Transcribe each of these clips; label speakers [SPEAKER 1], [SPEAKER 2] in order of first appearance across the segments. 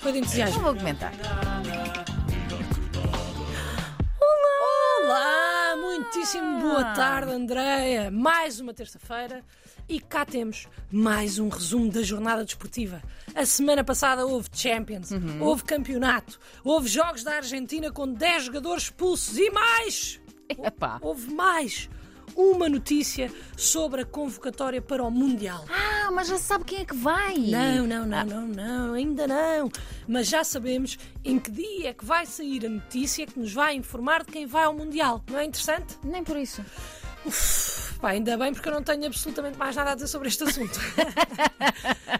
[SPEAKER 1] Foi de
[SPEAKER 2] Não
[SPEAKER 1] entusiasmo.
[SPEAKER 2] vou comentar.
[SPEAKER 1] Olá, muitíssimo boa tarde, Andreia. Mais uma terça-feira e cá temos mais um resumo da jornada desportiva. A semana passada houve Champions, houve campeonato, houve jogos da Argentina com 10 jogadores expulsos e mais!
[SPEAKER 2] Epá.
[SPEAKER 1] Houve mais uma notícia sobre a convocatória para o Mundial.
[SPEAKER 2] Ah, mas já sabe quem é que vai.
[SPEAKER 1] Não, não, não, não, não, ainda não. Mas já sabemos em que dia é que vai sair a notícia que nos vai informar de quem vai ao Mundial. Não é interessante?
[SPEAKER 2] Nem por isso.
[SPEAKER 1] Pá, ainda bem porque eu não tenho absolutamente mais nada a dizer sobre este assunto.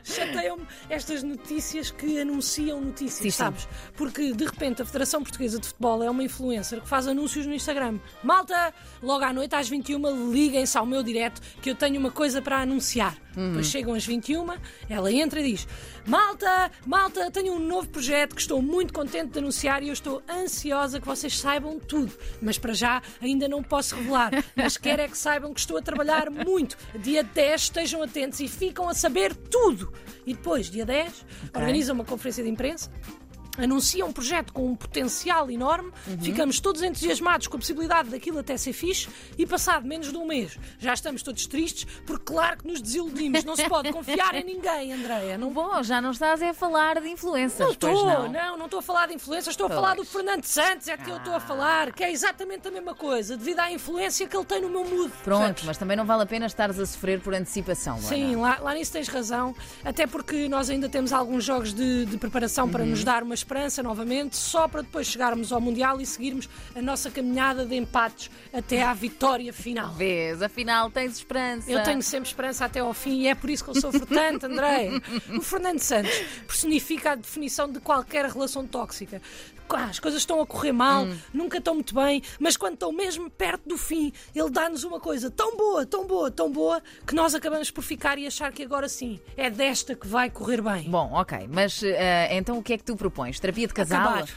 [SPEAKER 1] Chateiam-me estas notícias que anunciam notícias,
[SPEAKER 2] Sim, sim.
[SPEAKER 1] sabes? Porque de repente a Federação Portuguesa de Futebol é uma influencer que faz anúncios no Instagram. Malta, logo à noite às 21 liguem-se ao meu direto que eu tenho uma coisa para anunciar. Depois chegam às 21, ela entra e diz: Malta, malta, tenho um novo projeto que estou muito contente de anunciar e eu estou ansiosa que vocês saibam tudo. Mas para já ainda não posso revelar. Mas quero é que saibam que estou a trabalhar muito. Dia 10, estejam atentos e ficam a saber tudo. E depois, dia 10, organizam uma conferência de imprensa. Anuncia um projeto com um potencial enorme,
[SPEAKER 2] Uhum.
[SPEAKER 1] ficamos todos entusiasmados com a possibilidade daquilo até ser fixe e passado menos de um mês já estamos todos tristes porque claro que nos desiludimos, não se pode confiar em ninguém, Andreia, não
[SPEAKER 2] Bom, já não estás a falar de influências.
[SPEAKER 1] não
[SPEAKER 2] pois
[SPEAKER 1] estou, não.
[SPEAKER 2] não.
[SPEAKER 1] não, estou a falar de influência, estou a
[SPEAKER 2] Pois. Ah.
[SPEAKER 1] falar do Fernando Santos, é de que eu estou a falar, que é exatamente a mesma coisa, devido à influência que ele tem no meu mood.
[SPEAKER 2] Pronto,
[SPEAKER 1] percebes?
[SPEAKER 2] mas também não vale a pena estares a sofrer por antecipação, Luana.
[SPEAKER 1] Sim, lá, lá nisso tens razão, até porque nós ainda temos alguns jogos de, de preparação para nos dar uma esperança novamente, só para depois chegarmos ao Mundial e seguirmos a nossa caminhada de empates até à vitória final.
[SPEAKER 2] Vês, afinal tens esperança.
[SPEAKER 1] Eu tenho sempre esperança até ao fim e é por isso que eu sofro tanto, André. O Fernando Santos personifica a definição de qualquer relação tóxica. Ah, As coisas estão a correr mal, nunca estão muito bem, mas quando estão mesmo perto do fim, ele dá-nos uma coisa tão boa, tão boa, tão boa, que nós acabamos por ficar e achar que agora sim é desta que vai correr bem.
[SPEAKER 2] Bom, ok, mas eh, então o que é que tu propões? Terapia de casal?
[SPEAKER 1] Acabar.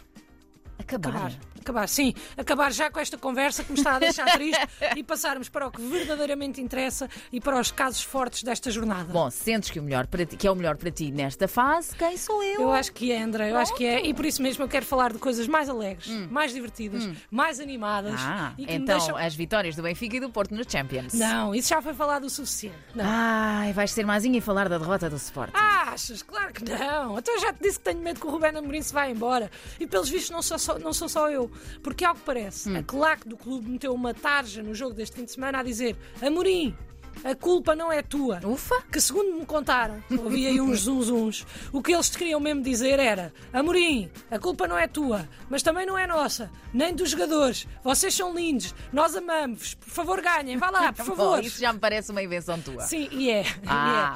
[SPEAKER 2] Acabar.
[SPEAKER 1] Acabar, acabar, sim, acabar já com esta conversa que me está a deixar triste e passarmos para o que verdadeiramente interessa e para os casos fortes desta jornada.
[SPEAKER 2] Bom, sentes que, o melhor para ti, que é o melhor para ti nesta fase, quem sou eu?
[SPEAKER 1] Eu acho que é, André, eu acho que é. E por isso mesmo eu quero falar de coisas mais alegres, mais divertidas, mais animadas.
[SPEAKER 2] Hum. Ah,
[SPEAKER 1] e que me
[SPEAKER 2] então
[SPEAKER 1] deixam...
[SPEAKER 2] as vitórias do Benfica e do Porto nos Champions.
[SPEAKER 1] Não, isso já foi falado o suficiente. Não.
[SPEAKER 2] Ai, vais ser mazinha e falar da derrota do Sport.
[SPEAKER 1] Ah, Achas? Claro que não. Até eu já te disse que tenho medo que o Rubén Amorim se vá embora. E pelos vistos não sou só, não sou só eu. Porque ao que parece,
[SPEAKER 2] Hum.
[SPEAKER 1] a claque do clube meteu uma tarja no jogo deste fim de semana a dizer Amorim, a culpa não é tua.
[SPEAKER 2] Ufa!
[SPEAKER 1] que segundo me contaram, ouvi aí uns uns uns, o que eles te queriam mesmo dizer era: Amorim, a culpa não é tua, mas também não é nossa, nem dos jogadores. Vocês são lindos, nós amamos-vos, por favor ganhem, vá lá, Ah, por
[SPEAKER 2] Bom,
[SPEAKER 1] favor.
[SPEAKER 2] isso já me parece uma invenção tua.
[SPEAKER 1] Sim, e é.
[SPEAKER 2] Ah,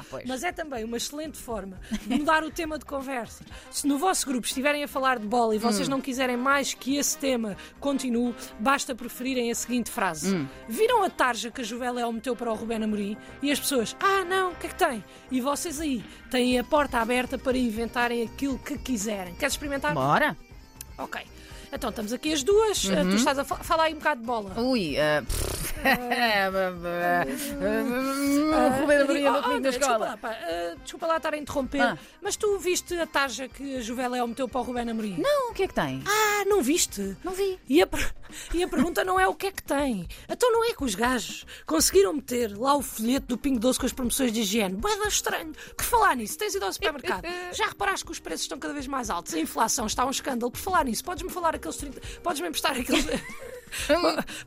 [SPEAKER 1] e é.
[SPEAKER 2] pois.
[SPEAKER 1] Mas é também uma excelente forma de mudar o tema de conversa. Se no vosso grupo estiverem a falar de bola e vocês
[SPEAKER 2] Hum.
[SPEAKER 1] não quiserem mais que esse tema continue, basta preferirem a seguinte frase:
[SPEAKER 2] Hum.
[SPEAKER 1] Viram a tarja que a Juveléu meteu para o Rubén Amorim? E as pessoas, ah, não, o que é que tem? E vocês aí têm a porta aberta para inventarem aquilo que quiserem. Queres experimentar?
[SPEAKER 2] Bora?
[SPEAKER 1] Ok. Então, estamos aqui as duas. Ah,
[SPEAKER 2] Uhum.
[SPEAKER 1] Tu estás a fa- falar aí um bocado de bola.
[SPEAKER 2] Ui, ah, pff.
[SPEAKER 1] Oh, oh,
[SPEAKER 2] o Rubén Amorim é andou comigo na
[SPEAKER 1] André, Ah. Desculpa
[SPEAKER 2] escola.
[SPEAKER 1] lá, pá, ah, desculpa lá estar a interromper,
[SPEAKER 2] Ah.
[SPEAKER 1] mas tu viste a tarja que a Juveléu meteu para o Rubén Amorim?
[SPEAKER 2] Não, o que é que tem?
[SPEAKER 1] Ah, não viste?
[SPEAKER 2] Não vi.
[SPEAKER 1] E a, per- e a pergunta não é o que é que tem. Então não é que os gajos conseguiram meter lá o folheto do Pingo Doce com as promoções de higiene. Bada estranho. Por falar nisso, tens ido ao supermercado. Já reparaste que os preços estão cada vez mais altos. A inflação está um escândalo. Por falar nisso, podes-me falar aqueles 30... Podes-me emprestar aqueles...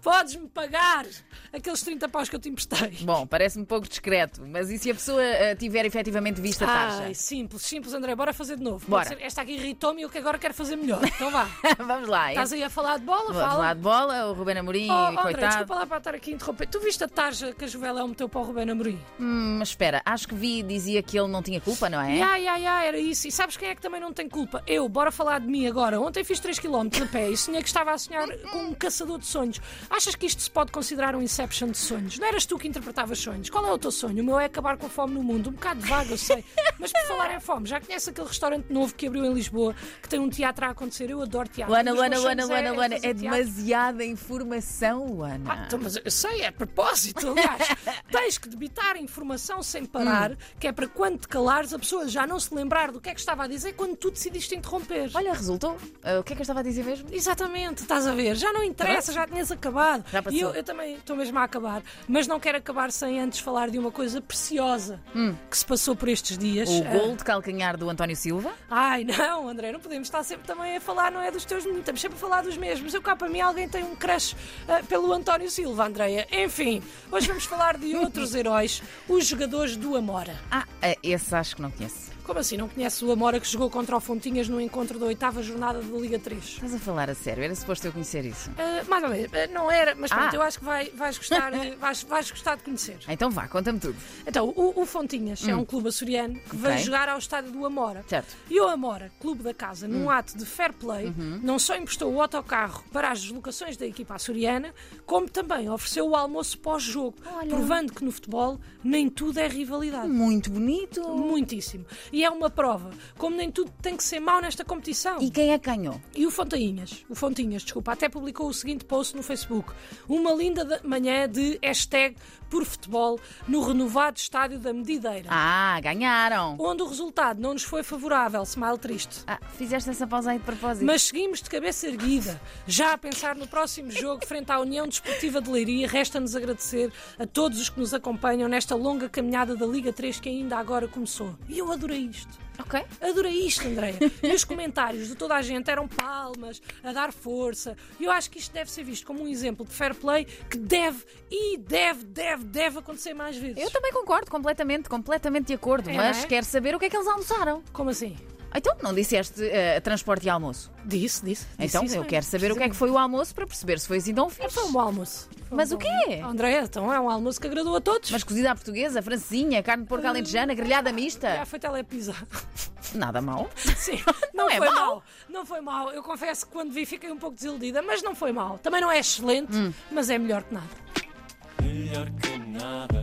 [SPEAKER 1] podes-me pagar aqueles 30 paus que eu te emprestei.
[SPEAKER 2] Bom, parece-me um pouco discreto, mas e se a pessoa ah, tiver efetivamente visto a tarja?
[SPEAKER 1] Ai, simples, simples, André. Bora fazer de novo.
[SPEAKER 2] Bora.
[SPEAKER 1] Pode ser- Esta aqui irritou-me e eu que agora quero fazer melhor. Então vá.
[SPEAKER 2] Vamos lá.
[SPEAKER 1] Estás aí a falar de bola?
[SPEAKER 2] Vamos
[SPEAKER 1] Fala.
[SPEAKER 2] lá de bola, o Rubén Amorim,
[SPEAKER 1] Oh, André,
[SPEAKER 2] coitado.
[SPEAKER 1] desculpa lá para estar aqui a interromper. Tu viste a tarja que a Juvelão meteu para o Rubén Amorim?
[SPEAKER 2] Hum, mas espera, acho que vi dizia que ele não tinha culpa, não é?
[SPEAKER 1] Ya, ya, ya, era isso. E sabes quem é que também não tem culpa? Eu, bora falar de mim agora. Ontem fiz 3km a pé e sonhei que estava a sonhar com um caçador ligou de sonhos. Achas que isto se pode considerar um inception de sonhos? Não eras tu que interpretavas sonhos? Qual é o teu sonho? O meu é acabar com a fome no mundo. Um bocado vago, eu sei. Mas por falar em fome, já conhece aquele restaurante novo que abriu em Lisboa, que tem um teatro a acontecer? Eu adoro teatro.
[SPEAKER 2] Luana,
[SPEAKER 1] Um dos
[SPEAKER 2] Luana,
[SPEAKER 1] meus
[SPEAKER 2] Luana,
[SPEAKER 1] sonhos
[SPEAKER 2] Luana, Luana,
[SPEAKER 1] fazer
[SPEAKER 2] é
[SPEAKER 1] teatro.
[SPEAKER 2] demasiada informação,
[SPEAKER 1] Ah,
[SPEAKER 2] Luana.
[SPEAKER 1] então, mas eu sei, é a propósito, aliás. tens que debitar a informação sem parar,
[SPEAKER 2] Hum.
[SPEAKER 1] que é para quando te calares a pessoa já não se lembrar do que é que estava a dizer quando tu decidiste interromper.
[SPEAKER 2] Olha, resultou. Ah, o que é que eu estava a dizer mesmo?
[SPEAKER 1] Exatamente, estás a ver, já não interessa, já tinhas acabado.
[SPEAKER 2] Já passou.
[SPEAKER 1] E eu, eu também estou mesmo a acabar, mas não quero acabar sem antes falar de uma coisa preciosa que se passou por estes dias.
[SPEAKER 2] Hum. O
[SPEAKER 1] Ah,
[SPEAKER 2] gol de calcanhar do António Silva.
[SPEAKER 1] Ai, não, André, não podemos estar sempre também a falar, não é dos teus meninos, estamos sempre a falar dos mesmos. Eu cá para mim alguém tem um crush ah, pelo António Silva, Andréia. Enfim, hoje vamos falar de outros heróis, os jogadores do Amora.
[SPEAKER 2] Ah, ah, esse acho que não conheço.
[SPEAKER 1] Como assim, não conhece o Amora que jogou contra o Fontinhas no encontro da oitava jornada da Liga 3?
[SPEAKER 2] Estás a falar a sério, era suposto eu conhecer isso.
[SPEAKER 1] Ah, mais ou menos, Ah, não era, mas pronto,
[SPEAKER 2] Ah.
[SPEAKER 1] eu acho que vai- vais, gostar, de- vais, vais gostar de conhecer.
[SPEAKER 2] Então vá, conta-me tudo.
[SPEAKER 1] Então, o, o Fontinhas é um clube açoriano que veio
[SPEAKER 2] Hum. Ok.
[SPEAKER 1] jogar ao estádio do Amora.
[SPEAKER 2] Certo. Hum.
[SPEAKER 1] E o Amora, clube da casa, num ato de fair play,
[SPEAKER 2] Uhum.
[SPEAKER 1] não só emprestou o autocarro para as deslocações da equipa açoriana, como também ofereceu o almoço pós-jogo,
[SPEAKER 2] Olha. Hum.
[SPEAKER 1] provando que no futebol nem tudo é rivalidade.
[SPEAKER 2] Muito bonito.
[SPEAKER 1] Muitíssimo. E é uma prova, como nem tudo tem que ser mau nesta competição.
[SPEAKER 2] E quem é que ganhou?
[SPEAKER 1] E o Fontainhas, o Fontinhas, desculpa, até publicou o seguinte post no Facebook. Uma linda da- manhã de hashtag por futebol no renovado estádio da Medideira.
[SPEAKER 2] Ah, ganharam.
[SPEAKER 1] Onde o resultado não nos foi favorável, smile triste.
[SPEAKER 2] Ah, fizeste essa pausa aí de propósito.
[SPEAKER 1] Mas seguimos de cabeça erguida, já a pensar no próximo jogo frente à União Desportiva de Leiria. Resta-nos agradecer a todos os que nos acompanham nesta longa caminhada da Liga 3 que ainda agora começou. E eu adorei isto.
[SPEAKER 2] Ok.
[SPEAKER 1] Adorei isto, Andréia. E os comentários de toda a gente eram palmas, a dar força. E eu acho que isto deve ser visto como um exemplo de fair play que deve e deve, deve, deve acontecer mais vezes.
[SPEAKER 2] Eu também concordo, completamente, completamente de acordo.
[SPEAKER 1] É,
[SPEAKER 2] mas
[SPEAKER 1] não é?
[SPEAKER 2] quero saber o que é que eles almoçaram.
[SPEAKER 1] Como assim?
[SPEAKER 2] Então, não disseste eh, transporte e almoço.
[SPEAKER 1] Disse, disse. disse
[SPEAKER 2] então,
[SPEAKER 1] isso
[SPEAKER 2] eu
[SPEAKER 1] mesmo.
[SPEAKER 2] quero saber o que é que foi o almoço para perceber se foi assim tão fixe.
[SPEAKER 1] Foi um bom almoço. Foi
[SPEAKER 2] Mas
[SPEAKER 1] um
[SPEAKER 2] o
[SPEAKER 1] bom
[SPEAKER 2] quê?
[SPEAKER 1] almoço. Andréia, então é um almoço que agradou a todos.
[SPEAKER 2] Mas cozida à portuguesa, francinha, carne de
[SPEAKER 1] Ah.
[SPEAKER 2] porco alentejana, grelhada mista.
[SPEAKER 1] Já foi telepizza.
[SPEAKER 2] Nada mal.
[SPEAKER 1] Sim,
[SPEAKER 2] Não
[SPEAKER 1] não,
[SPEAKER 2] é
[SPEAKER 1] foi
[SPEAKER 2] mau.
[SPEAKER 1] mal. Não foi mal. Eu confesso que quando vi fiquei um pouco desiludida,
[SPEAKER 2] Hum.
[SPEAKER 1] mas não foi mal. Também não é excelente, mas é melhor que nada.
[SPEAKER 3] Melhor que nada.